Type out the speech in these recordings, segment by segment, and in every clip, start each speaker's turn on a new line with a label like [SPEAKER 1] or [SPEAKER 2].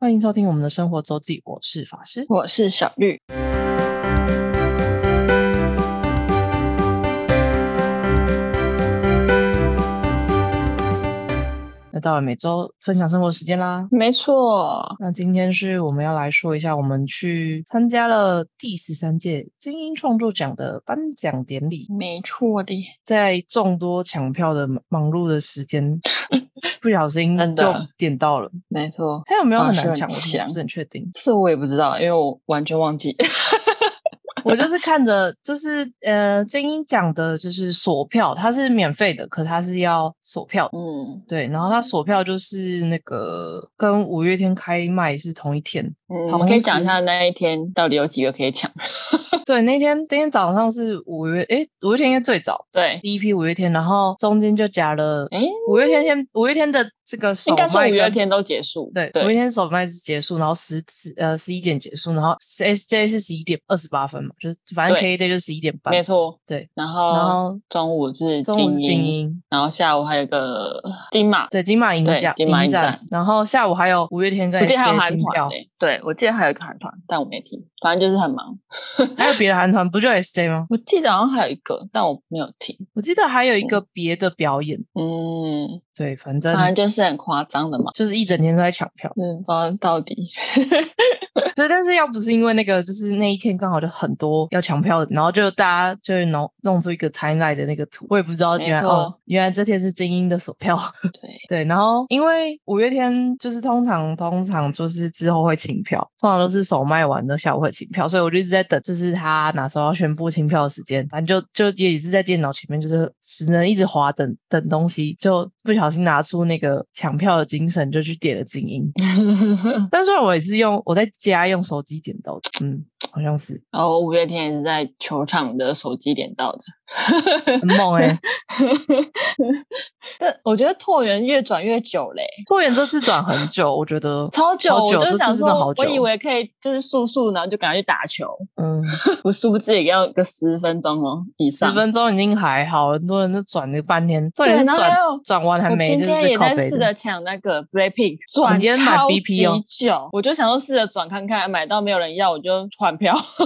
[SPEAKER 1] 欢迎收听我们的生活周记，我是法师。
[SPEAKER 2] 我是小绿。
[SPEAKER 1] 那到了每周分享生活时间啦。
[SPEAKER 2] 没错，
[SPEAKER 1] 那今天是我们要来说一下，我们去参加了第十三届精英创作奖的颁奖典礼。
[SPEAKER 2] 没错的，
[SPEAKER 1] 在众多抢票的忙碌的时 间，不小心
[SPEAKER 2] 真的
[SPEAKER 1] 就点到了。
[SPEAKER 2] 没错。
[SPEAKER 1] 它有没有很
[SPEAKER 2] 啊是
[SPEAKER 1] 难
[SPEAKER 2] 很
[SPEAKER 1] 抢？我其实
[SPEAKER 2] 强
[SPEAKER 1] 不是很确定。
[SPEAKER 2] 这我也不知道，因为我完全忘记。
[SPEAKER 1] 我就是看着，就是呃，精英奖的就是锁票，它是免费的，可它是要锁票。
[SPEAKER 2] 嗯
[SPEAKER 1] 对，然后它锁票就是那个跟五月天开卖是同一天。
[SPEAKER 2] 嗯，
[SPEAKER 1] 好
[SPEAKER 2] 我们可以
[SPEAKER 1] 像
[SPEAKER 2] 讲一
[SPEAKER 1] 是
[SPEAKER 2] 下那一天到底有几个可以抢。
[SPEAKER 1] 对，那天那天早上是五月，诶，五月天应该最早
[SPEAKER 2] 对，
[SPEAKER 1] 第一批五月天，然后中间就夹了
[SPEAKER 2] 哎，
[SPEAKER 1] 五月天先五月天的这个首
[SPEAKER 2] 应该是
[SPEAKER 1] 卖
[SPEAKER 2] 五月
[SPEAKER 1] 跟。
[SPEAKER 2] 天都结束。
[SPEAKER 1] 对，五月
[SPEAKER 2] 对，
[SPEAKER 1] 天首卖是结束，然后十十呃十一点结束，然后 S J 是十一点二十八分嘛，就是反正 K
[SPEAKER 2] 对
[SPEAKER 1] Day 就十一点半，
[SPEAKER 2] 没错。
[SPEAKER 1] 对，
[SPEAKER 2] 然
[SPEAKER 1] 然
[SPEAKER 2] 后
[SPEAKER 1] 后
[SPEAKER 2] 中午是
[SPEAKER 1] 中午是精
[SPEAKER 2] 精，
[SPEAKER 1] 英，
[SPEAKER 2] 然后下午还有一个金马，
[SPEAKER 1] 对，金马银
[SPEAKER 2] 对
[SPEAKER 1] 奖
[SPEAKER 2] 金马银
[SPEAKER 1] 战
[SPEAKER 2] 展，
[SPEAKER 1] 然后下午还有五月天跟
[SPEAKER 2] 我记得还
[SPEAKER 1] S
[SPEAKER 2] 有
[SPEAKER 1] J
[SPEAKER 2] 韩
[SPEAKER 1] 新
[SPEAKER 2] 团
[SPEAKER 1] 票，
[SPEAKER 2] 欸。对，我记得还有一个韩团，但我没听，反正就是很忙。
[SPEAKER 1] 还有别的韩团，不就 S J 吗？
[SPEAKER 2] 我记得好像还有一个，但我没有听。
[SPEAKER 1] 我记得还有一个别的表演，
[SPEAKER 2] 嗯，
[SPEAKER 1] 对，反正
[SPEAKER 2] 反正就是很夸张的嘛。，
[SPEAKER 1] 就是一整天都在抢票
[SPEAKER 2] 嗯，不知道到底。
[SPEAKER 1] 对。但是要不是因为那个，就是那一天刚好就很多要抢票的，然后就大家就会弄弄出一个 timeline 的那个图，我也不知道
[SPEAKER 2] 没
[SPEAKER 1] 原来
[SPEAKER 2] 错
[SPEAKER 1] 哦，原来这天是精英的锁票，
[SPEAKER 2] 对，
[SPEAKER 1] 对。然后因为五月天就是通常通常就是之后会清票，通常都是手卖完的下午会清票，所以我就一直在等，就是他哪时候要宣布清票的时间，反正就就也是在电脑前面，就是只能一直滑等等东西，就不小心拿出那个抢票的精神，就去点了精英。
[SPEAKER 2] 嗯
[SPEAKER 1] 但虽然我也是用我在家用手机点到的，嗯，好像是
[SPEAKER 2] 然后五月天也是在球场的手机点到的。
[SPEAKER 1] 很猛哎、欸。
[SPEAKER 2] 但我觉得拓元越转越久嘞、
[SPEAKER 1] 拓远这次转很久，我觉得，
[SPEAKER 2] 超久，
[SPEAKER 1] 好久
[SPEAKER 2] 我
[SPEAKER 1] 这
[SPEAKER 2] 就
[SPEAKER 1] 次
[SPEAKER 2] 想
[SPEAKER 1] 真的好
[SPEAKER 2] 说，
[SPEAKER 1] 久
[SPEAKER 2] 我以为可以就是速速，然后就赶快去打球。
[SPEAKER 1] 嗯，
[SPEAKER 2] 我殊不知也要个十分钟哦以
[SPEAKER 1] 十
[SPEAKER 2] 上。
[SPEAKER 1] 分钟已经还好，很多人都转了半天，重
[SPEAKER 2] 对
[SPEAKER 1] 点是
[SPEAKER 2] 然后
[SPEAKER 1] 转
[SPEAKER 2] 还有
[SPEAKER 1] 转完还
[SPEAKER 2] 我
[SPEAKER 1] 没，
[SPEAKER 2] 今
[SPEAKER 1] 就
[SPEAKER 2] 天
[SPEAKER 1] 是
[SPEAKER 2] 也
[SPEAKER 1] 靠
[SPEAKER 2] 在
[SPEAKER 1] 背
[SPEAKER 2] 试
[SPEAKER 1] 的。哦
[SPEAKER 2] 着抢那个 Blackpink 转
[SPEAKER 1] 你今天买
[SPEAKER 2] 超
[SPEAKER 1] BP 哦
[SPEAKER 2] 级久，我就想说试着转看看，买到没有人要我就换票，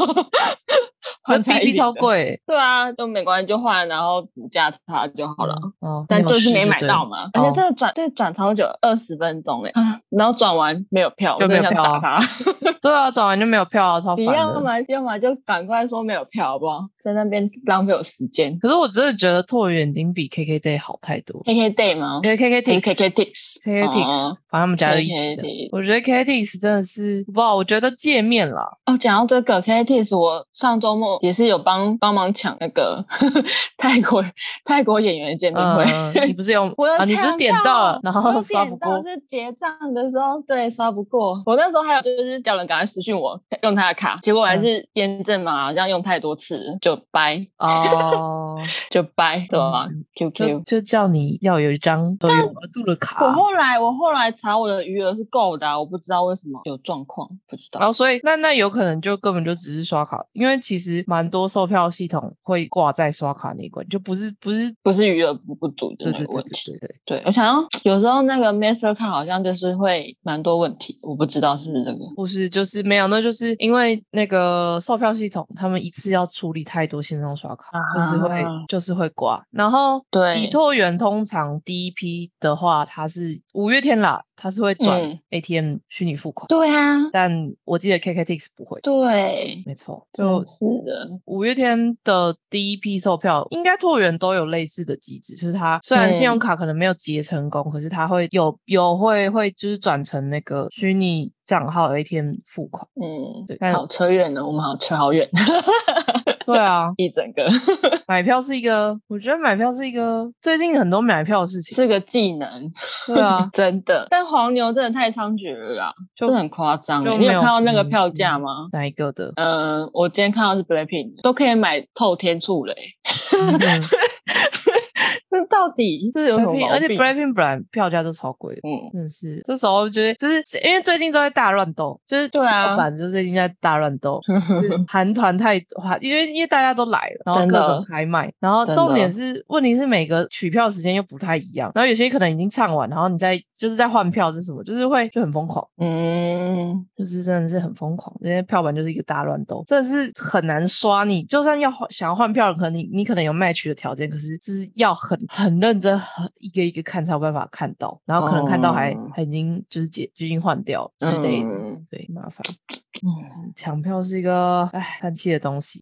[SPEAKER 1] 可
[SPEAKER 2] 换
[SPEAKER 1] 是
[SPEAKER 2] 彩礼
[SPEAKER 1] PP
[SPEAKER 2] 的
[SPEAKER 1] 超。贵
[SPEAKER 2] 对啊，就没关系，就换，然后补价差就好了。
[SPEAKER 1] 哦，
[SPEAKER 2] 但
[SPEAKER 1] 你有
[SPEAKER 2] 就是
[SPEAKER 1] 试
[SPEAKER 2] 没买
[SPEAKER 1] 对
[SPEAKER 2] 到
[SPEAKER 1] 了，
[SPEAKER 2] 嘛，
[SPEAKER 1] 哦
[SPEAKER 2] 而且这个转这个转超久，二十分钟哎、啊然后转完没有票，
[SPEAKER 1] 就
[SPEAKER 2] 我真的
[SPEAKER 1] 没有
[SPEAKER 2] 想
[SPEAKER 1] 票啊
[SPEAKER 2] 打他。
[SPEAKER 1] 对啊，转完就没有票啊，超
[SPEAKER 2] 你
[SPEAKER 1] 烦
[SPEAKER 2] 要
[SPEAKER 1] 的。
[SPEAKER 2] 么要么就赶快说没有票好不好？在那边浪费我时间。
[SPEAKER 1] 可是我真的觉得拓远已经比 KK Day 好太多。
[SPEAKER 2] K K Day 吗
[SPEAKER 1] K K K T
[SPEAKER 2] ？K 嗯 K K Tix
[SPEAKER 1] K K T，
[SPEAKER 2] 哦
[SPEAKER 1] 反正他们家就一起的
[SPEAKER 2] KKTix。
[SPEAKER 1] 我觉得 K K T 真的是不好，我觉得界面啦，
[SPEAKER 2] 哦，讲到这个 K K Tix，我上周末也是有帮帮忙抢那个 泰国泰国演员的见面会。
[SPEAKER 1] 嗯，你不是用
[SPEAKER 2] 我有
[SPEAKER 1] 啊？你不是
[SPEAKER 2] 抢
[SPEAKER 1] 点
[SPEAKER 2] 到
[SPEAKER 1] 到了，然
[SPEAKER 2] 哦我
[SPEAKER 1] 后
[SPEAKER 2] 有
[SPEAKER 1] 刷
[SPEAKER 2] 点
[SPEAKER 1] 不
[SPEAKER 2] 到
[SPEAKER 1] 过，
[SPEAKER 2] 是结账的时候，对，刷不过。我那时候还有就是叫人赶快私讯我用他的卡，结果我还
[SPEAKER 1] 嗯
[SPEAKER 2] 是验证嘛，好像用太多次就掰
[SPEAKER 1] 哦，
[SPEAKER 2] 就掰， 对吧
[SPEAKER 1] 嗯就
[SPEAKER 2] ？QQ。
[SPEAKER 1] 就叫你要有一张呃有额度的
[SPEAKER 2] 我
[SPEAKER 1] 卡。
[SPEAKER 2] 后来我后来查我的余额是够的啊、我不知道为什么有状况，不知
[SPEAKER 1] 然
[SPEAKER 2] 道。
[SPEAKER 1] 后，所以那那有可能就根本就只是刷卡，因为其实蛮多售票系统会挂在刷卡那一关，就不是不是，
[SPEAKER 2] 不是余额不不足的
[SPEAKER 1] 对
[SPEAKER 2] 那
[SPEAKER 1] 对
[SPEAKER 2] 个
[SPEAKER 1] 对
[SPEAKER 2] 问题。
[SPEAKER 1] 对对对，
[SPEAKER 2] 对，我想要有时候那个 Master 卡好像就是会蛮多问题，我不知道是不是这个。
[SPEAKER 1] 不是就是没有，那就是因为那个售票系统他们一次要处理太多线上刷卡，就是会
[SPEAKER 2] 啊
[SPEAKER 1] 就是会挂。然后以
[SPEAKER 2] 对
[SPEAKER 1] 拓元通常第一批的话，它是五月天啦，它是会转
[SPEAKER 2] 嗯
[SPEAKER 1] ATM 虚拟付款，
[SPEAKER 2] 对啊，
[SPEAKER 1] 但我记得 KKTix 不会，
[SPEAKER 2] 对，
[SPEAKER 1] 没错，
[SPEAKER 2] 真
[SPEAKER 1] 就是
[SPEAKER 2] 的，
[SPEAKER 1] 五月天的第一批售票，应该拓元都有类似的机制，就是它虽然信用卡可能没有结成功，可是它会有有会会就是转成那个虚拟账号 ATM 付款。
[SPEAKER 2] 嗯
[SPEAKER 1] 对但
[SPEAKER 2] 好扯远了，我们好扯好远，
[SPEAKER 1] 对啊，
[SPEAKER 2] 一整个
[SPEAKER 1] 买票是一个，我觉得买票是一个最近很多买票的事情。
[SPEAKER 2] 是个技能，，
[SPEAKER 1] 对啊
[SPEAKER 2] 真的。但黄牛真的太猖獗了啦，
[SPEAKER 1] 就
[SPEAKER 2] 真的很夸张
[SPEAKER 1] 就
[SPEAKER 2] 欸。你
[SPEAKER 1] 没
[SPEAKER 2] 有
[SPEAKER 1] 有
[SPEAKER 2] 看到那个
[SPEAKER 1] 实
[SPEAKER 2] 票
[SPEAKER 1] 际
[SPEAKER 2] 价吗？
[SPEAKER 1] 哪一个 的？
[SPEAKER 2] 嗯、我今天看到是 Blackpink 都可以买透天厝嘞、
[SPEAKER 1] 嗯
[SPEAKER 2] 这到底是有什么
[SPEAKER 1] Blackpink，
[SPEAKER 2] 毛
[SPEAKER 1] 而且
[SPEAKER 2] 病？啊
[SPEAKER 1] Blackpink 本来票价就超贵的，
[SPEAKER 2] 嗯，
[SPEAKER 1] 真的是这时候觉得就是因为最近都在大乱斗，就是
[SPEAKER 2] 对啊
[SPEAKER 1] 老板就最近在大乱斗， 就是韩团太韩，因为因为大家都来了，然后
[SPEAKER 2] 真
[SPEAKER 1] 各
[SPEAKER 2] 的
[SPEAKER 1] 种开卖，然后
[SPEAKER 2] 真的
[SPEAKER 1] 重点是问题是每个取票时间又不太一样，然后有些可能已经唱完，然后你再就是在换票是什么，就是会就很疯狂。
[SPEAKER 2] 嗯，
[SPEAKER 1] 就是真的是很疯狂，那些票版就是一个大乱斗，真的是很难刷你。就算要换想要换票，可能你你可能有 match 的条件，可是就是要很很认真，很一个一个看才有办法看到，然后可能看到还、
[SPEAKER 2] 哦
[SPEAKER 1] 还已经就是解就已经换掉之类的。
[SPEAKER 2] 嗯
[SPEAKER 1] 对，麻烦。
[SPEAKER 2] 嗯
[SPEAKER 1] 抢票是一个唉叹气的东 西，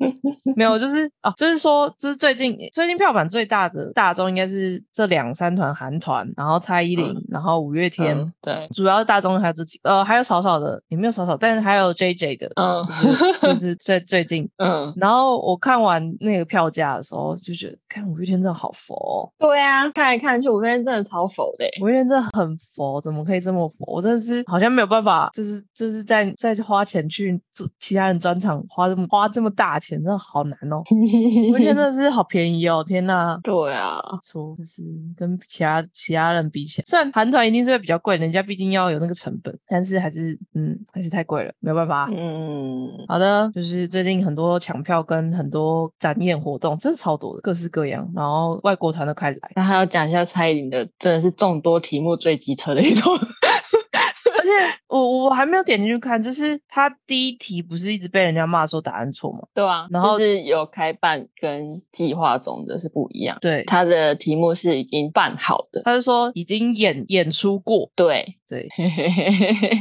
[SPEAKER 1] 没有，就是啊，就是说，就是最近最近票版最大的大众应该是这两三团韩团，然后蔡依林，
[SPEAKER 2] 嗯
[SPEAKER 1] 然后五月天，
[SPEAKER 2] 嗯对，
[SPEAKER 1] 主要是大众还有这几呃，还有少少的，也没有少少，但是还有 J J 的，
[SPEAKER 2] 嗯
[SPEAKER 1] 就是就是最最近。
[SPEAKER 2] 嗯，
[SPEAKER 1] 然后我看完那个票价的时候，就觉得看五月天真的好佛、哦，
[SPEAKER 2] 对啊，看来看去，我发现真的超否的欸，
[SPEAKER 1] 五月天真的很佛，怎么可以这么佛？我真的是好像没有办法，就是就是在在花钱去做其他人专场，花这么花这么大钱，真的好难哦。五月天真的是好便宜哦，天呐！
[SPEAKER 2] 对啊，
[SPEAKER 1] 出，就是跟其他其他人比起来，虽然韩团一定是会比较贵，人家毕竟要有那个成本，但是还是嗯还是太贵了，没有办法。
[SPEAKER 2] 嗯，
[SPEAKER 1] 好的，就是最近很多抢票跟很多展演活动，真的超多的，各式各样。然后外国团都开始来，
[SPEAKER 2] 那还要讲一下蔡依林的，真的是众多题目最机车的一种。
[SPEAKER 1] 而且我我还没有点进去看，就是他第一题不是一直被人家骂说答案错吗？
[SPEAKER 2] 对啊，
[SPEAKER 1] 然后
[SPEAKER 2] 就是有开办跟计划中的是不一样。
[SPEAKER 1] 对，
[SPEAKER 2] 它的题目是已经办好的，
[SPEAKER 1] 他就说已经演演出过，
[SPEAKER 2] 对，
[SPEAKER 1] 对，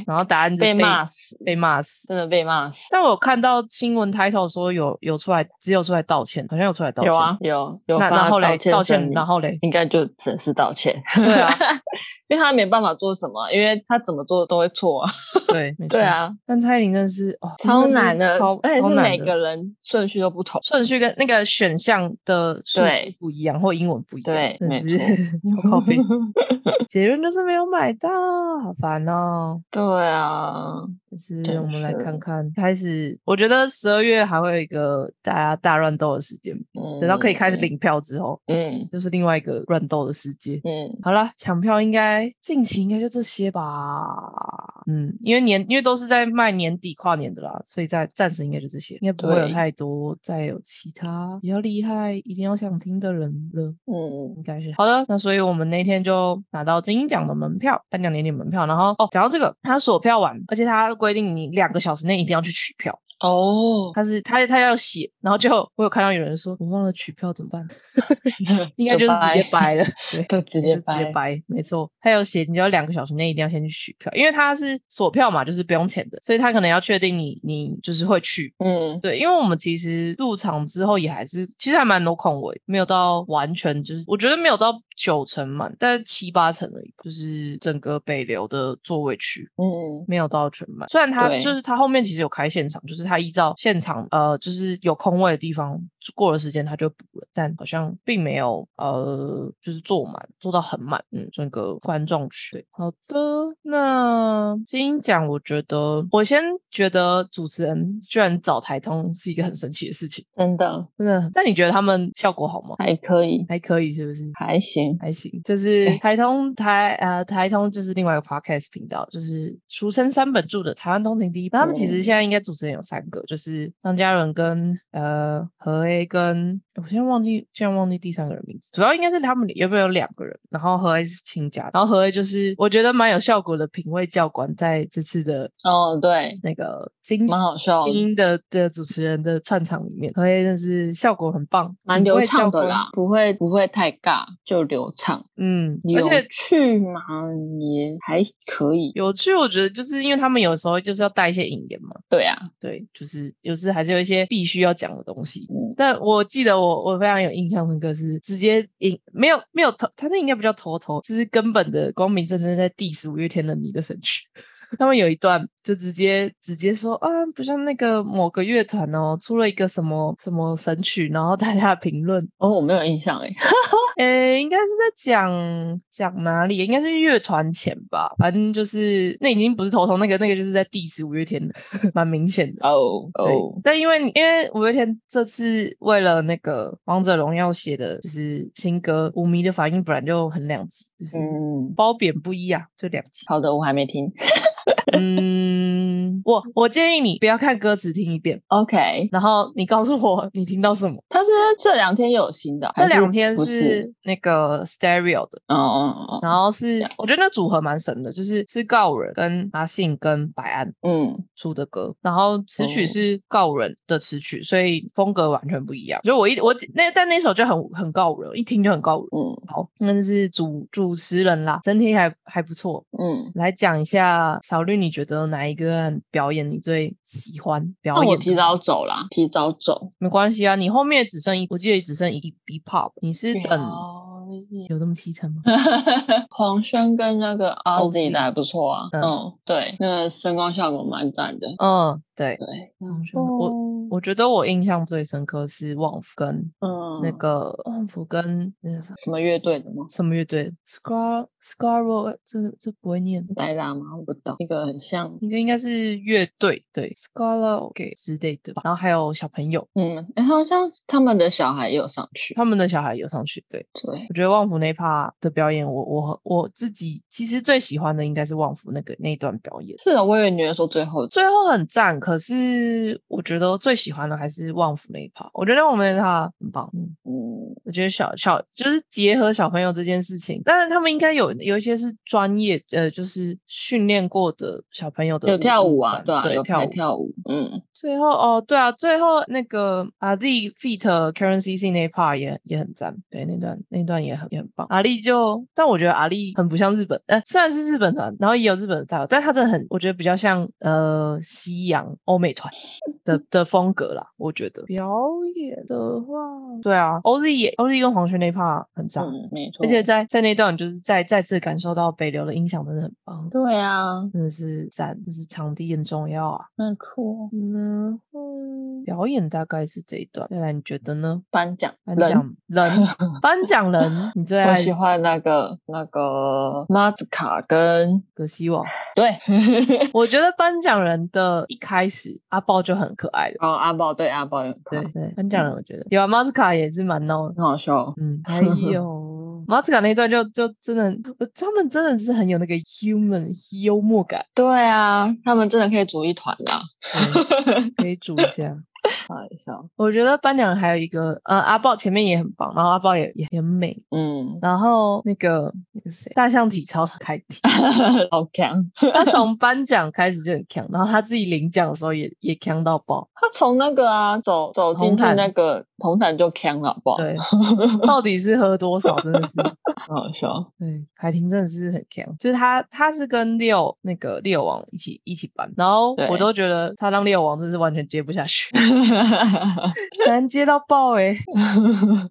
[SPEAKER 1] 然后答案就
[SPEAKER 2] 被骂
[SPEAKER 1] 死，
[SPEAKER 2] 死，
[SPEAKER 1] 被骂死。
[SPEAKER 2] 真的被骂死。
[SPEAKER 1] 但我有看到新闻 title 说有有出来，只有出来道歉，好像有出来道歉。
[SPEAKER 2] 有啊，，有有
[SPEAKER 1] 那
[SPEAKER 2] 发
[SPEAKER 1] 然后嘞，
[SPEAKER 2] 歉
[SPEAKER 1] 道
[SPEAKER 2] 声
[SPEAKER 1] 歉，
[SPEAKER 2] 明
[SPEAKER 1] 然后 嘞，
[SPEAKER 2] 应该就只是道歉。
[SPEAKER 1] 对啊，
[SPEAKER 2] 因为他没办法做什么，啊因为他怎么做都会错啊。
[SPEAKER 1] 对，没错
[SPEAKER 2] 对。啊，
[SPEAKER 1] 但蔡依林真的是哦，
[SPEAKER 2] 超
[SPEAKER 1] 真是
[SPEAKER 2] 难 的，
[SPEAKER 1] 超
[SPEAKER 2] 而且
[SPEAKER 1] 超
[SPEAKER 2] 是
[SPEAKER 1] 难
[SPEAKER 2] 每
[SPEAKER 1] 的
[SPEAKER 2] 个人顺序都不同。
[SPEAKER 1] 顺序跟那个选项的数字
[SPEAKER 2] 对
[SPEAKER 1] 不一样，或英文不一样，
[SPEAKER 2] 对
[SPEAKER 1] 真
[SPEAKER 2] 没
[SPEAKER 1] 是 超靠背。结论就是没有买到，好烦哦。
[SPEAKER 2] 对啊，
[SPEAKER 1] 就是
[SPEAKER 2] 真
[SPEAKER 1] 我们来
[SPEAKER 2] 是
[SPEAKER 1] 看看，开始我觉得十二月还会有一个大家大乱斗的时间，等到可以开始
[SPEAKER 2] 嗯，
[SPEAKER 1] 领票之后，
[SPEAKER 2] 嗯
[SPEAKER 1] 就是另外一个乱斗的世界。
[SPEAKER 2] 嗯，
[SPEAKER 1] 好啦，抢票应该近期应该就这些吧。嗯，因为年因为都是在卖年底跨年的啦，所以在暂时应该就这些，应该不会有
[SPEAKER 2] 对
[SPEAKER 1] 太多再有其他比较厉害、一定要想听的人了。
[SPEAKER 2] 嗯
[SPEAKER 1] 应该是好的，那所以我们那天就拿到金鹰奖的门票，颁奖典礼门票。然后哦，讲到这个，他锁票完，而且他规定你两个小时内一定要去取票，
[SPEAKER 2] 哦，
[SPEAKER 1] 他是他他要写，然后就我有看到有人说我忘了取票怎 么办，应该就是直接掰了， 对，
[SPEAKER 2] 就直
[SPEAKER 1] 就
[SPEAKER 2] 接
[SPEAKER 1] 直接
[SPEAKER 2] 掰，
[SPEAKER 1] 掰，没错。他有写，你要两个小时内一定要先去取票，因为他是锁票嘛，就是不用钱的，所以他可能要确定你你就是会去。
[SPEAKER 2] 嗯
[SPEAKER 1] 对，因为我们其实入场之后也还是，其实还蛮多空位，没有到完全就是，我觉得没有到九成满，但是七八成而已，就是整个北流的座位区。
[SPEAKER 2] 嗯
[SPEAKER 1] 没有到全满，虽然他
[SPEAKER 2] 对
[SPEAKER 1] 就是他后面其实有开现场，就是他依照现场呃就是有空位的地方过了时间他就补了，但好像并没有呃就是坐满，坐到很满，嗯，整个观众群。好的，那金鹰奖我觉得我先觉得主持人居然找台通是一个很神奇的事情，
[SPEAKER 2] 真的
[SPEAKER 1] 真的。但你觉得他们效果好吗？
[SPEAKER 2] 还可以，
[SPEAKER 1] 还可以是不是？
[SPEAKER 2] 还行，
[SPEAKER 1] 还行，就是台通台呃台通就是另外一个 podcast 频道，就是俗称三本柱的台湾通勤第一。那他们其
[SPEAKER 2] 哦
[SPEAKER 1] 实现在应该主持人有三个，就是张嘉伦跟呃何 A 跟我现在忘记现在忘记第三个人名字，主要应该是他们原本有两个人，然后何 A 是亲家，然后何 A 就是我觉得蛮有效果的品味教官，在这次的
[SPEAKER 2] 哦，对，
[SPEAKER 1] 那个金
[SPEAKER 2] 蛮好笑的
[SPEAKER 1] 精英的的主持人的串场里面，何 A 真是效果很棒，
[SPEAKER 2] 蛮
[SPEAKER 1] 品
[SPEAKER 2] 流
[SPEAKER 1] 味
[SPEAKER 2] 畅
[SPEAKER 1] 教
[SPEAKER 2] 的
[SPEAKER 1] 官
[SPEAKER 2] 啦，，不会不会太尬，就流畅。
[SPEAKER 1] 嗯，而
[SPEAKER 2] 有
[SPEAKER 1] 且
[SPEAKER 2] 趣嘛也还可以，
[SPEAKER 1] 有趣，我觉得就是因为他们有时候就是要带一些引言嘛，
[SPEAKER 2] 对啊，
[SPEAKER 1] 对，就是有时还是有一些必须要讲的东西。
[SPEAKER 2] 嗯
[SPEAKER 1] 但我记得我我非常有印象深刻是直接引没有没有头，他那应该不叫头头，就是根本的光明正正在 diss 五月天的你的神曲。 他们有一段就直接直接说啊，不像那个某个乐团哦，出了一个什么什么神曲，然后大家评论，
[SPEAKER 2] 哦，我没有印象哎，
[SPEAKER 1] 呃，应该是在讲讲哪里？应该是乐团前吧，反正就是那已经不是头头那个那个就是在 diss 五月天的， 蛮明显的。
[SPEAKER 2] 哦
[SPEAKER 1] 对
[SPEAKER 2] 哦，
[SPEAKER 1] 但因为因为五月天这次为了那个《王者荣耀》写的就是新歌，舞迷的反应本来就很两极，就是
[SPEAKER 2] 嗯，
[SPEAKER 1] 褒贬不一啊，就两极。
[SPEAKER 2] 好的，我还没听。
[SPEAKER 1] 嗯，我我建议你不要看歌词听一遍，
[SPEAKER 2] OK，
[SPEAKER 1] 然后你告诉我你听到什么。
[SPEAKER 2] 他是这两天又有新的，
[SPEAKER 1] 这
[SPEAKER 2] 还是
[SPEAKER 1] 两天
[SPEAKER 2] 不是，
[SPEAKER 1] 是那个 Stereo 的，
[SPEAKER 2] 嗯嗯
[SPEAKER 1] 然后是我觉得那组合蛮神的，就是是告人跟阿信跟白安
[SPEAKER 2] 嗯嗯，
[SPEAKER 1] 出的歌，然后词曲
[SPEAKER 2] 哦
[SPEAKER 1] 是告人的词曲，所以风格完全不一样。就我一我那但那首就很很告人，一听就很告人。
[SPEAKER 2] 嗯
[SPEAKER 1] 好，那是主主持人啦，整体还还不错。
[SPEAKER 2] 嗯。
[SPEAKER 1] 来讲一下小绿，你觉得哪一个表演你最喜欢？表
[SPEAKER 2] 那我
[SPEAKER 1] 演
[SPEAKER 2] 提早走啦，提早走。
[SPEAKER 1] 没关系啊，你后面只剩一，我记得只剩一一 pop，你是
[SPEAKER 2] 啊
[SPEAKER 1] 等
[SPEAKER 2] 表演
[SPEAKER 1] 有这么凄惨吗？
[SPEAKER 2] 黄轩跟那个
[SPEAKER 1] Ozzy
[SPEAKER 2] Ozzy 的还不错啊，
[SPEAKER 1] 嗯
[SPEAKER 2] 嗯，对，那个声光效果蛮赞的，
[SPEAKER 1] 嗯，对，
[SPEAKER 2] 对，
[SPEAKER 1] 黄轩我觉得我印象最深刻是旺福跟
[SPEAKER 2] 嗯
[SPEAKER 1] 那个旺福跟那个
[SPEAKER 2] 什么乐队的吗？
[SPEAKER 1] 什么乐队？Scar Scarro，这这不会念，
[SPEAKER 2] 莱拉吗？我不懂，一个很像，
[SPEAKER 1] 应该应该是乐队对 Scarro g 之类的吧。然后还有小朋友，
[SPEAKER 2] 嗯，哎，好像他们的小孩也有上去，
[SPEAKER 1] 他们的小孩有上去。对
[SPEAKER 2] 对，
[SPEAKER 1] 我觉得旺福那一趴的表演，我我我自己其实最喜欢的应该是旺福那个那一段表演。
[SPEAKER 2] 是啊，我以为你会说最后
[SPEAKER 1] 最后很赞，可是我觉得最喜欢的还是旺福那一趴。我觉得我们那一趴很棒，嗯，
[SPEAKER 2] 嗯，
[SPEAKER 1] 我觉得小小就是结合小朋友这件事情，但是他们应该有有一些是专业呃，就是训练过的小朋友的
[SPEAKER 2] 有跳舞啊，
[SPEAKER 1] 班
[SPEAKER 2] 对啊，
[SPEAKER 1] 对
[SPEAKER 2] 有
[SPEAKER 1] 跳
[SPEAKER 2] 排
[SPEAKER 1] 舞。
[SPEAKER 2] 跳舞，嗯，
[SPEAKER 1] 最后哦，对啊，最后那个阿丽 feat currency C 那一 part 也也很赞，对那段那段也很也很棒。阿丽就，但我觉得阿丽很不像日本，呃，虽然是日本团，然后也有日本的跳，但她真的很，我觉得比较像呃西洋欧美团 的的风格啦。我觉得表演的话，对啊，OZ 也 OZ 跟黄轩那一 part 很赞。
[SPEAKER 2] 嗯，没错，
[SPEAKER 1] 而且在在那段，就是再再次感受到北流的音响真的很棒，
[SPEAKER 2] 对啊，
[SPEAKER 1] 真的是赞，就是场地很重要啊。
[SPEAKER 2] 很酷，
[SPEAKER 1] 然后表演大概是这一段，再来你觉得呢？
[SPEAKER 2] 颁奖
[SPEAKER 1] 颁
[SPEAKER 2] 人
[SPEAKER 1] 奖人，颁奖人，你最
[SPEAKER 2] 我
[SPEAKER 1] 爱
[SPEAKER 2] 喜欢那个那个马子卡跟
[SPEAKER 1] 葛西王。
[SPEAKER 2] 对，
[SPEAKER 1] 我觉得颁奖人的一开始阿豹就很可爱了，
[SPEAKER 2] 哦阿宝对阿宝也很可
[SPEAKER 1] 对
[SPEAKER 2] 爱
[SPEAKER 1] 对，颁
[SPEAKER 2] 嗯
[SPEAKER 1] 奖人我觉得有啊，马斯卡也是蛮闹的，
[SPEAKER 2] 很好笑，哦
[SPEAKER 1] 嗯，还 有马斯卡那一段就就真的很，我他们真的是很有那个 human 幽默感，
[SPEAKER 2] 对啊，他们真的可以组一团啦，
[SPEAKER 1] 对可以煮一 下。
[SPEAKER 2] 开玩笑，
[SPEAKER 1] 我觉得颁奖人还有一个，呃，阿豹前面也很棒，然后阿豹也也很美，
[SPEAKER 2] 嗯，
[SPEAKER 1] 然后那个那个谁，大象体操开题，
[SPEAKER 2] 好强，
[SPEAKER 1] 他从颁奖开始就很强，然后他自己领奖的时候也也强到爆。
[SPEAKER 2] 他从那个啊走走
[SPEAKER 1] 红
[SPEAKER 2] 进去
[SPEAKER 1] 毯
[SPEAKER 2] 那个红毯就呛了，好不好？
[SPEAKER 1] 对，到底是喝多少？真的是，
[SPEAKER 2] 很好 笑，
[SPEAKER 1] 对，海婷真的是很强。就是他，他是跟六那个六王一起一起搬，然后
[SPEAKER 2] 对
[SPEAKER 1] 我都觉得他让六王真是完全接不下去， 难接到爆哎、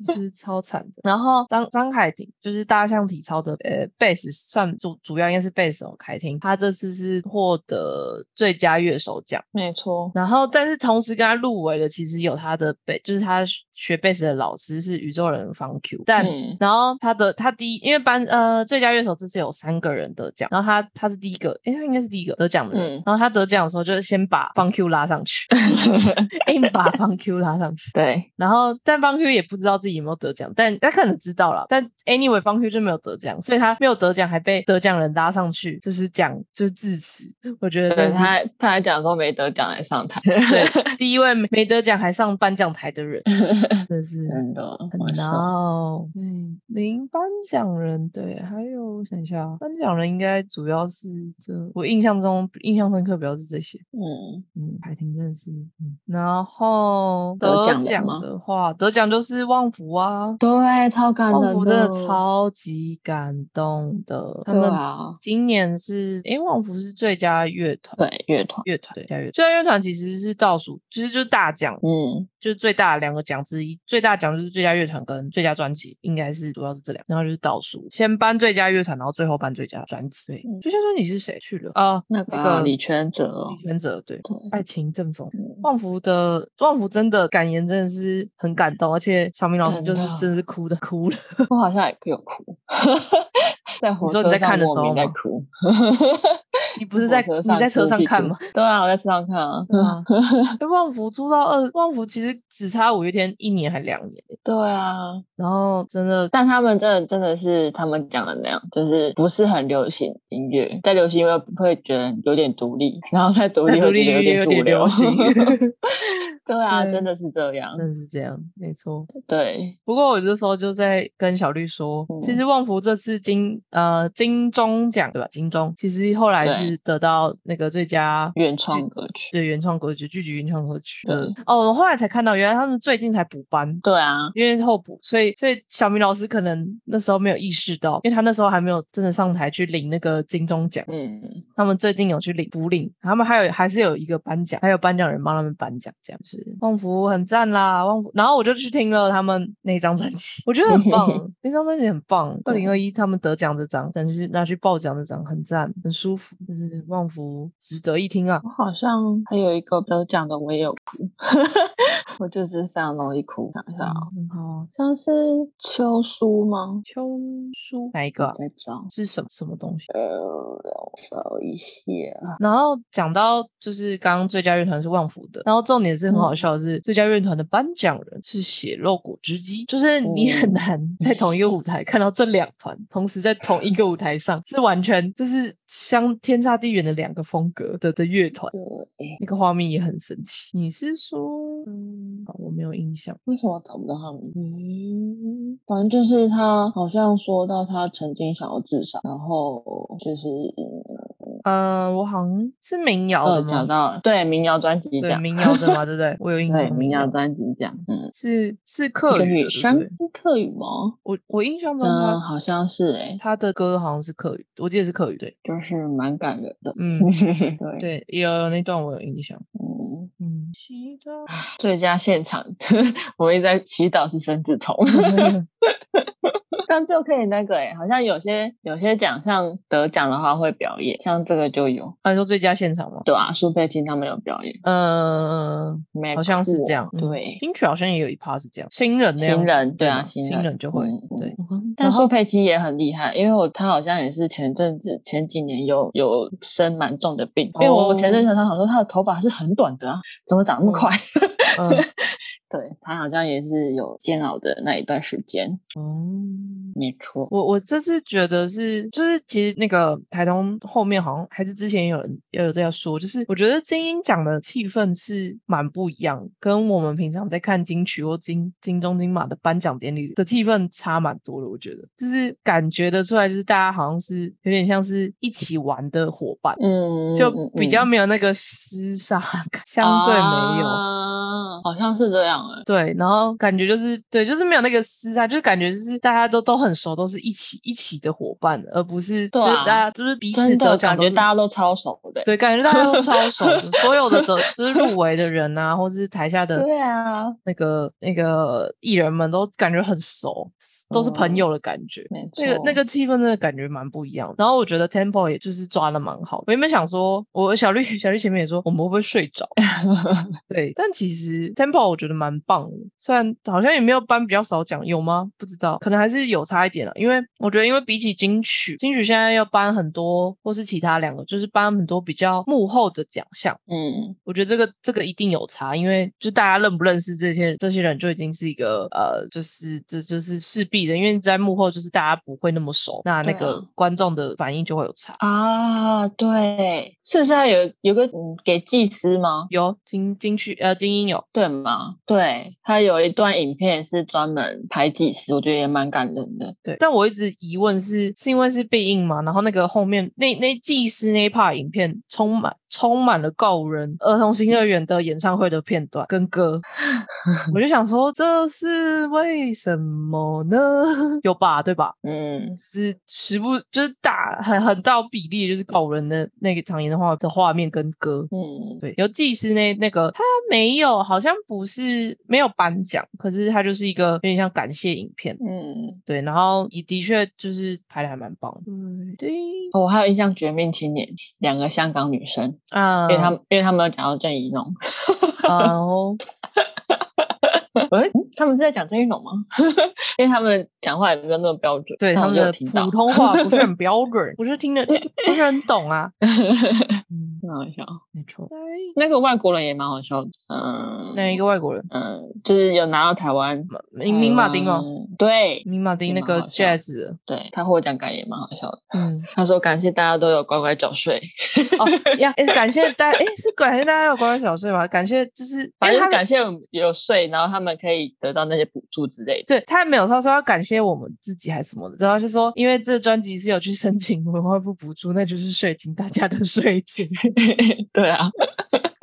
[SPEAKER 1] 是超惨的。然后张张凯婷就是大象体操的呃贝斯，算主主要应该是贝斯手凯婷，他这次是获得最佳乐手奖。
[SPEAKER 2] 没错，
[SPEAKER 1] 然后，但是同时跟他入围的，其实有他的贝，就是他学贝斯的老师是宇宙人方 Q，但、
[SPEAKER 2] 嗯
[SPEAKER 1] 然后他的他第一，因为班呃最佳乐手这次有三个人得奖，然后他他是第一个，诶，他应该是第一个得奖的人。
[SPEAKER 2] 嗯
[SPEAKER 1] 然后他得奖的时候，就是先把方 Q 拉上去， 硬把方 Q 拉上去。
[SPEAKER 2] 对，
[SPEAKER 1] 然后但方 Q 也不知道自己有没有得奖，但他可能知道了，但 anyway 方 Q 就没有得奖，所以他没有得奖还被得奖人拉上去，就是讲就是致辞，我觉得真
[SPEAKER 2] 对，
[SPEAKER 1] 的是
[SPEAKER 2] 他还他还讲说没得奖来上台，
[SPEAKER 1] 对，第一位没得奖还上颁奖台的人，真的哦是
[SPEAKER 2] 真的
[SPEAKER 1] 很
[SPEAKER 2] 好笑
[SPEAKER 1] 闹。嗯，零颁奖人对，还有我想一下，哦颁奖人应该主要是这，我印象中印象深刻主要是这些。
[SPEAKER 2] 嗯，
[SPEAKER 1] 嗯，海婷真的是，嗯，然后
[SPEAKER 2] 得奖
[SPEAKER 1] 得
[SPEAKER 2] 人
[SPEAKER 1] 奖
[SPEAKER 2] 吗
[SPEAKER 1] 的话，得奖就是旺福啊，
[SPEAKER 2] 对，超感
[SPEAKER 1] 旺
[SPEAKER 2] 人
[SPEAKER 1] 福真的超级感动的，他
[SPEAKER 2] 对
[SPEAKER 1] 们
[SPEAKER 2] 啊，
[SPEAKER 1] 今年是，诶，旺福是最佳乐团。
[SPEAKER 2] 对乐团，
[SPEAKER 1] 乐团，对，加乐团。虽然乐团其实是倒数，其实就是大奖，
[SPEAKER 2] 嗯
[SPEAKER 1] 就是最大的两个奖之之一，最大奖就是最佳乐团跟最佳专辑，应该是主要是这两，然后就是倒数，先颁最佳乐团，然后最后颁最佳专辑。对，
[SPEAKER 2] 嗯
[SPEAKER 1] 最佳专辑是谁去了啊？
[SPEAKER 2] 那
[SPEAKER 1] 个
[SPEAKER 2] 个李全哲，
[SPEAKER 1] 李全哲对，
[SPEAKER 2] 对
[SPEAKER 1] 爱情正风
[SPEAKER 2] 嗯，
[SPEAKER 1] 旺福的旺福真的感言真的是很感动，而且小明老师就是
[SPEAKER 2] 真的
[SPEAKER 1] 真的是哭的哭了。
[SPEAKER 2] 我好像也有哭，在火
[SPEAKER 1] 你说你
[SPEAKER 2] 车
[SPEAKER 1] 在看
[SPEAKER 2] 上
[SPEAKER 1] 的
[SPEAKER 2] 莫
[SPEAKER 1] 时候
[SPEAKER 2] 名在
[SPEAKER 1] 吗
[SPEAKER 2] 哭，
[SPEAKER 1] 你不是在
[SPEAKER 2] 火车
[SPEAKER 1] 你在车
[SPEAKER 2] 哭
[SPEAKER 1] 上
[SPEAKER 2] 屁
[SPEAKER 1] 看
[SPEAKER 2] 哭
[SPEAKER 1] 吗？？
[SPEAKER 2] 对啊，我在车上看啊。
[SPEAKER 1] 啊，哎旺福出到二，旺福其实只差五月天一年还两年，
[SPEAKER 2] 对啊，
[SPEAKER 1] 然后真的
[SPEAKER 2] 但他们真的真的是他们讲的那样，就是不是很流行音乐，在流行音乐会觉得有点独立，然后在独
[SPEAKER 1] 在
[SPEAKER 2] 立
[SPEAKER 1] 独
[SPEAKER 2] 又
[SPEAKER 1] 立
[SPEAKER 2] 觉得有
[SPEAKER 1] 音乐有
[SPEAKER 2] 主
[SPEAKER 1] 点
[SPEAKER 2] 流
[SPEAKER 1] 流行，
[SPEAKER 2] 对啊，
[SPEAKER 1] 对嗯
[SPEAKER 2] 真的是这样。
[SPEAKER 1] 真的是这样，没错。
[SPEAKER 2] 对，
[SPEAKER 1] 不过我这时候就在跟小绿说，
[SPEAKER 2] 嗯
[SPEAKER 1] 其实旺福这次金呃金钟奖对吧？金钟其实后来
[SPEAKER 2] 对
[SPEAKER 1] 是得到那个最佳
[SPEAKER 2] 原创歌曲。
[SPEAKER 1] 对原创歌曲、剧集原创歌曲的
[SPEAKER 2] 对
[SPEAKER 1] 哦。我后来才看到，原来他们最近才补班，
[SPEAKER 2] 对啊，
[SPEAKER 1] 因为是候补，所以所以小明老师可能那时候没有意识到，因为他那时候还没有真的上台去领那个金钟奖。
[SPEAKER 2] 嗯，
[SPEAKER 1] 他们最近有去领补领，他们还有还是有一个颁奖，还有颁奖人帮他们颁奖，这样是旺福很赞啦，旺福。然后我就去听了他们那张专辑，我觉得很 棒，那张专辑很棒。二
[SPEAKER 2] 对
[SPEAKER 1] 零二一他们得奖这张，但是拿去报奖这张很赞，很舒服，就是旺福值得一听啊。
[SPEAKER 2] 我好像还有一个得奖的，我也有哭， 我就是非常容易哭。想一下哦，
[SPEAKER 1] 嗯很好啊，
[SPEAKER 2] 像是秋书吗？
[SPEAKER 1] 秋书哪一个啊、
[SPEAKER 2] 在找，
[SPEAKER 1] 是什么什么东西？
[SPEAKER 2] 呃，让我找一啊下。
[SPEAKER 1] 然后讲到就是刚刚最佳乐团是旺福的，然后重点是很
[SPEAKER 2] 嗯
[SPEAKER 1] 好笑的是、最佳乐团的颁奖人是血肉果汁机，就是你很
[SPEAKER 2] 嗯
[SPEAKER 1] 难在同一个舞台看到这两团同时在同一个舞台上，是完全就是相天差地远的两个风格的的乐团，
[SPEAKER 2] 对，
[SPEAKER 1] 那个画面也很神奇。你是说，嗯，好我没有印象，
[SPEAKER 2] 为什么找不到他名？嗯，反正就是他好像说到他曾经想要自杀，然后就是
[SPEAKER 1] 嗯，我好像是民谣
[SPEAKER 2] 呃
[SPEAKER 1] 的
[SPEAKER 2] 讲
[SPEAKER 1] 吗？
[SPEAKER 2] 到了对民谣专辑
[SPEAKER 1] 对，
[SPEAKER 2] 奖，
[SPEAKER 1] 民谣的嘛，对不对？我 有印
[SPEAKER 2] 对
[SPEAKER 1] 象，
[SPEAKER 2] 民谣专辑奖，嗯，
[SPEAKER 1] 是是
[SPEAKER 2] 一
[SPEAKER 1] 客
[SPEAKER 2] 个
[SPEAKER 1] 语
[SPEAKER 2] 女
[SPEAKER 1] 的，对不
[SPEAKER 2] 生
[SPEAKER 1] 对？
[SPEAKER 2] 是客语吗？
[SPEAKER 1] 我我印象中他、
[SPEAKER 2] 嗯，好像是哎、
[SPEAKER 1] 他的歌好像是客语，我记得是客语对，
[SPEAKER 2] 就是蛮感人的。
[SPEAKER 1] 嗯，
[SPEAKER 2] 对，
[SPEAKER 1] 对，有有那段我有印象，
[SPEAKER 2] 嗯，
[SPEAKER 1] 嗯，祈祷
[SPEAKER 2] 最佳现场， 我一直在祈祷是生字虫，但就可以那个哎、好像有些有些奖项得奖的话会表演，像这个就有，
[SPEAKER 1] 啊，你说最佳现场吗？
[SPEAKER 2] 对啊，苏佩青他们有表演，
[SPEAKER 1] 呃，
[SPEAKER 2] 没
[SPEAKER 1] 好像是
[SPEAKER 2] 错
[SPEAKER 1] 这样，嗯
[SPEAKER 2] 对。
[SPEAKER 1] 金曲好像也有一趴是这样，新人那样
[SPEAKER 2] 新
[SPEAKER 1] 子
[SPEAKER 2] 人对啊
[SPEAKER 1] 吗
[SPEAKER 2] 新
[SPEAKER 1] 新
[SPEAKER 2] 人
[SPEAKER 1] 人就会
[SPEAKER 2] 嗯嗯
[SPEAKER 1] 对，
[SPEAKER 2] 但
[SPEAKER 1] 然
[SPEAKER 2] 苏
[SPEAKER 1] 后
[SPEAKER 2] 佩青也很厉害，因为我她好像也是前阵子前几年有有生蛮重的病，因为我前阵子她想说她的头发是很短的啊，怎么长那么
[SPEAKER 1] 哦嗯
[SPEAKER 2] 快？
[SPEAKER 1] 嗯，
[SPEAKER 2] 对她好像也是有煎熬的那一段时间，
[SPEAKER 1] 哦。
[SPEAKER 2] 没错。
[SPEAKER 1] 我我这次觉得是，就是其实那个台东后面好像还是之前也有人也有这样说，就是我觉得金鹰奖的气氛是蛮不一样，跟我们平常在看金曲或金金钟金马的颁奖典礼的气氛差蛮多的。我觉得就是感觉得出来，就是大家好像是有点像是一起玩的伙伴，
[SPEAKER 2] 嗯，
[SPEAKER 1] 就
[SPEAKER 2] 嗯
[SPEAKER 1] 比较
[SPEAKER 2] 嗯
[SPEAKER 1] 没有那个厮杀感，相对没有。
[SPEAKER 2] 啊好像是这样哎、
[SPEAKER 1] 对，然后感觉就是对，就是没有那个厮杀，就感觉就是大家都都很熟，都是一起一起的伙伴，而不是、
[SPEAKER 2] 对
[SPEAKER 1] 就是
[SPEAKER 2] 啊
[SPEAKER 1] 大家就是彼此
[SPEAKER 2] 真的
[SPEAKER 1] 得奖
[SPEAKER 2] 感
[SPEAKER 1] 都
[SPEAKER 2] 觉
[SPEAKER 1] 是
[SPEAKER 2] 大家都超熟的、
[SPEAKER 1] 对，感觉大家都超熟 的，所有的得就是入围的人啊，或是台下的
[SPEAKER 2] 对啊，
[SPEAKER 1] 那个那个艺人们都感觉很熟，都是朋
[SPEAKER 2] 嗯
[SPEAKER 1] 友的感觉。
[SPEAKER 2] 没错。
[SPEAKER 1] 那个那个气氛真的感觉蛮不一样的，然后我觉得 tempo 也就是抓的蛮好的。我原本想说，我小绿 小绿前面也说我们会不会睡 着，对，但其实 tempo 我觉得蛮棒的，虽然好像也没有颁比较少奖，有吗？不知道，可能还是有差一点啊。因为我觉得，因为比起金曲，金曲现在要颁很多，或是其他两个，就是颁很多比较幕后的奖项。
[SPEAKER 2] 嗯，
[SPEAKER 1] 我觉得这个这个一定有差，因为就大家认不认识这些这些人，就已经是一个呃，就是这就是势必的，因为在幕后就是大家不会那么熟，那那
[SPEAKER 2] 对啊
[SPEAKER 1] 个观众的反应就会有差。
[SPEAKER 2] 啊，对，是不是要有有个嗯给祭司吗？
[SPEAKER 1] 有金金曲呃金鹰有
[SPEAKER 2] 对吗？对，他有一段影片是专门拍祭司，我觉得也蛮感人的。
[SPEAKER 1] 对，但我一直疑问是是因为是必应嘛？然后那个后面那那技师那一 part 影片充满充满了告人儿童新乐园的演唱会的片段跟歌， 我就想说这是为什么呢？ 有吧，对吧？
[SPEAKER 2] 嗯，
[SPEAKER 1] 是时不就是大很很到比例，就是告人的那个场演的话的画面跟歌，
[SPEAKER 2] 嗯，
[SPEAKER 1] 对，有技师那那个他没有，好像不是就是没有颁奖，可是它就是一个有点像感谢影片，
[SPEAKER 2] 嗯，
[SPEAKER 1] 对，然后也的确就是拍的还蛮棒的，嗯，对，
[SPEAKER 2] 哦我还有印象《绝命青年》，两个香港女生，
[SPEAKER 1] 啊，
[SPEAKER 2] 因为他们因为他们有讲到郑怡农，
[SPEAKER 1] 哦，
[SPEAKER 2] 喂、嗯他们是在讲郑怡农吗？ 因为他们讲话也没有 那么标准，
[SPEAKER 1] 对，他
[SPEAKER 2] 但我
[SPEAKER 1] 们
[SPEAKER 2] 就有
[SPEAKER 1] 的
[SPEAKER 2] 听到
[SPEAKER 1] 普，通话不是很标准，不是听得不是很懂啊，嗯，
[SPEAKER 2] 很好笑。
[SPEAKER 1] 没错，
[SPEAKER 2] 那个外国人也蛮好笑的，嗯，
[SPEAKER 1] 那一个外国人，
[SPEAKER 2] 嗯，就是有拿到台湾
[SPEAKER 1] 明明马丁哦，
[SPEAKER 2] 嗯对
[SPEAKER 1] 明马丁那
[SPEAKER 2] 明马
[SPEAKER 1] 个
[SPEAKER 2] 好像
[SPEAKER 1] jazz 的，
[SPEAKER 2] 对，他获奖感言蛮好笑的。
[SPEAKER 1] 嗯，
[SPEAKER 2] 他说感谢大家都有乖乖缴税，
[SPEAKER 1] 哦呀，诶感谢大家，哎，是感谢大家有关于小睡吧，感谢就是
[SPEAKER 2] 反
[SPEAKER 1] 反正
[SPEAKER 2] 正
[SPEAKER 1] 他的
[SPEAKER 2] 感谢我们有税，然后他们可以得到那些补助之类的。
[SPEAKER 1] 对他也没有，他说要感谢我们自己还是什么的，然后就说因为这专辑是有去申请文化部补助，那就是税金，大家的税金，
[SPEAKER 2] 对啊，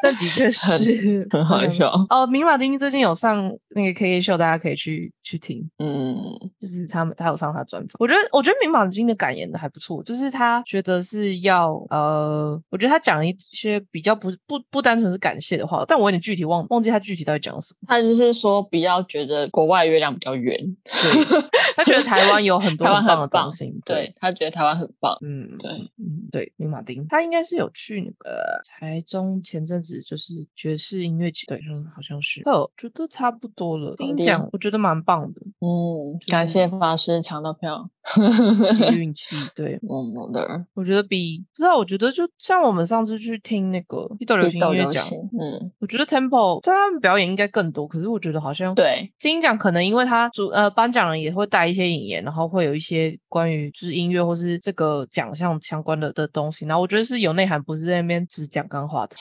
[SPEAKER 1] 但的确是
[SPEAKER 2] 很好
[SPEAKER 1] 嗯
[SPEAKER 2] 笑。
[SPEAKER 1] 哦，明马丁最近有上那个 K K 秀，大家可以去去听，
[SPEAKER 2] 嗯，
[SPEAKER 1] 就是他们他有上他的专访。我觉得我觉得明马丁的感言的还不错，就是他觉得是要呃，我觉得他讲一些比较不是不不单纯是感谢的话，但我有点具体忘忘记他具体到底讲了什么。
[SPEAKER 2] 他就是说不要觉得国外月亮比较圆，
[SPEAKER 1] 对，他觉得台湾有很多
[SPEAKER 2] 台湾
[SPEAKER 1] 很棒
[SPEAKER 2] 很
[SPEAKER 1] 的东
[SPEAKER 2] 棒
[SPEAKER 1] 西，
[SPEAKER 2] 对他觉得台湾很棒。
[SPEAKER 1] 嗯，
[SPEAKER 2] 对
[SPEAKER 1] 嗯，嗯对，明马丁，他应该是有去那个台中，前阵子就是爵士音乐节，对，嗯好像是。哦，觉得差不多了。
[SPEAKER 2] 好
[SPEAKER 1] 听
[SPEAKER 2] 的
[SPEAKER 1] 讲，我觉得蛮棒 的，
[SPEAKER 2] 嗯，
[SPEAKER 1] 是
[SPEAKER 2] 感谢法师抢 到票，嗯
[SPEAKER 1] 比运气。对，
[SPEAKER 2] 我们的
[SPEAKER 1] 我觉得比不知道，我觉得就像我们上次去听那个一豆流行
[SPEAKER 2] 斗
[SPEAKER 1] 音乐
[SPEAKER 2] 流
[SPEAKER 1] 奖，
[SPEAKER 2] 行，嗯，
[SPEAKER 1] 我觉得 Temple 在他们表演应该更多，可是我觉得好像
[SPEAKER 2] 对，
[SPEAKER 1] 金鹰奖可能因为他主呃颁奖人也会带一些引言，然后会有一些关于就是音乐或是这个奖项相关的的东西，然后我觉得是有内涵，不是在那边只讲干 话的，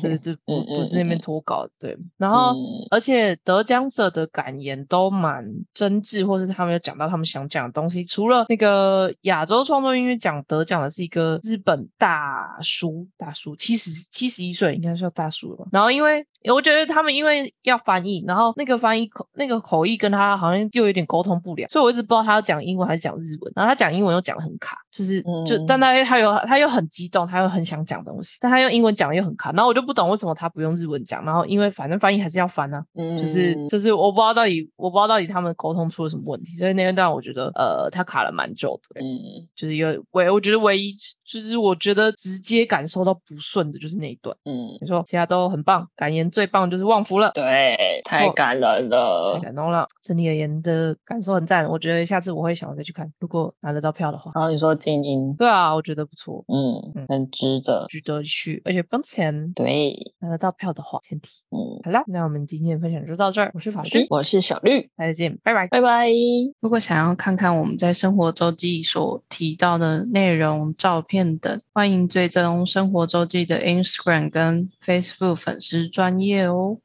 [SPEAKER 1] 对对，不
[SPEAKER 2] 嗯嗯
[SPEAKER 1] 不是那 边
[SPEAKER 2] 嗯
[SPEAKER 1] 脱稿的，对。然后
[SPEAKER 2] 嗯
[SPEAKER 1] 而且得奖者的感言都蛮真挚，或是他们有讲到他们想讲的东西。除了那个亚洲创作音乐奖得奖的是一个日本大叔，大叔七十七十一岁，应该是叫大叔了吧。然后因为我觉得他们因为要翻译，然后那个翻译口那个口译跟他好像又有点沟通不良，所以我一直不知道他要讲英文还是讲日文。然后他讲英文又讲的很卡，就是就
[SPEAKER 2] 嗯
[SPEAKER 1] 但他他有他又很激动，他又很想讲东西，但他用英文讲的又很卡。然后我就不懂为什么他不用日文讲，然后因为反正翻译还是要翻啊。
[SPEAKER 2] 嗯
[SPEAKER 1] 就是就是我不知道到底我不知道到底他们沟通出了什么问题，所以那一段我觉得呃他卡了蛮久的，
[SPEAKER 2] 嗯
[SPEAKER 1] 就是有唯我觉得唯一就是我觉得直接感受到不顺的就是那一段，
[SPEAKER 2] 嗯，
[SPEAKER 1] 没错，其他都很棒，感言最棒就是旺福了。
[SPEAKER 2] 对，太
[SPEAKER 1] 错
[SPEAKER 2] 感人了
[SPEAKER 1] 太。感动了，整体而言的感受很赞，我觉得下次我会想要再去看，如果拿得到票的话。
[SPEAKER 2] 然后你说精英，
[SPEAKER 1] 对啊，我觉得不错，嗯
[SPEAKER 2] 嗯，很值得。
[SPEAKER 1] 值得去，而且不用钱，
[SPEAKER 2] 对，
[SPEAKER 1] 拿得到票的话前提。
[SPEAKER 2] 嗯，
[SPEAKER 1] 好啦，那我们今天的分享就到这儿，我是法
[SPEAKER 2] 好
[SPEAKER 1] 师
[SPEAKER 2] 的，我是小绿，
[SPEAKER 1] 大家再见，拜拜。
[SPEAKER 2] 拜拜。
[SPEAKER 3] 如果想要看看我们在生活周记所提到的内容、照片等，欢迎追踪生活周记的 Instagram 跟 Facebook 粉丝专业哦。